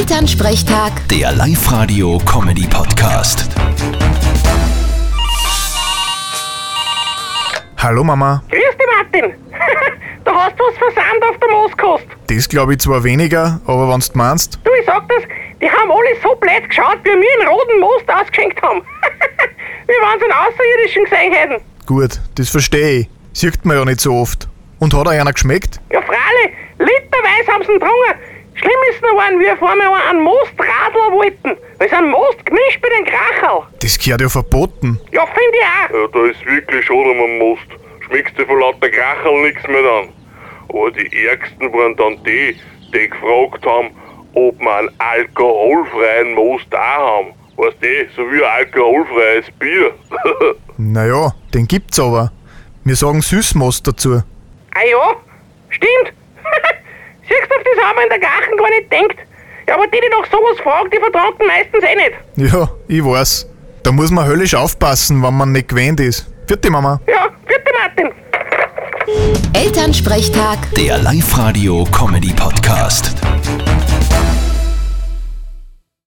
Elternsprechtag, Der Live-Radio-Comedy-Podcast. Hallo Mama, Grüß dich, Martin. da hast du was versandt auf der Mooskost. das glaube ich zwar weniger, aber wenn du meinst, Du, ich sag das, die haben alle so blöd geschaut, wie wir einen roten Most ausgeschenkt haben. wie wenn sie einen Außerirdischen gesehen hätten. gut, das verstehe ich. Sieht man ja nicht so oft. Und hat euch einer geschmeckt? Ja, freilich, literweise haben sie ihn getrunken. Schlimm ist noch waren, wir vor mir einen Mostradler wollten. Weil sie einen Most gemischt mit einem Kracherl. Das gehört ja verboten. Ja, finde ich auch. Ja, da ist wirklich schon am am Most. Schmeckst du von lauter Kracherl nix mehr dann. Aber die Ärgsten waren dann die, die gefragt haben, ob wir einen alkoholfreien Most auch haben. Weißt du, so wie ein alkoholfreies Bier. Naja, den gibt's aber. Wir sagen Süßmost dazu. Ah ja, stimmt. Siehst du, auf das haben wir in der Gachen gar nicht denkt. Ja, aber die, die nach sowas fragen, die vertrauten meistens eh nicht. Ja, ich weiß. Da muss man höllisch aufpassen, wenn man nicht gewöhnt ist. Vierte Mama. Ja, bitte, Martin. Elternsprechtag. Der Live-Radio-Comedy-Podcast.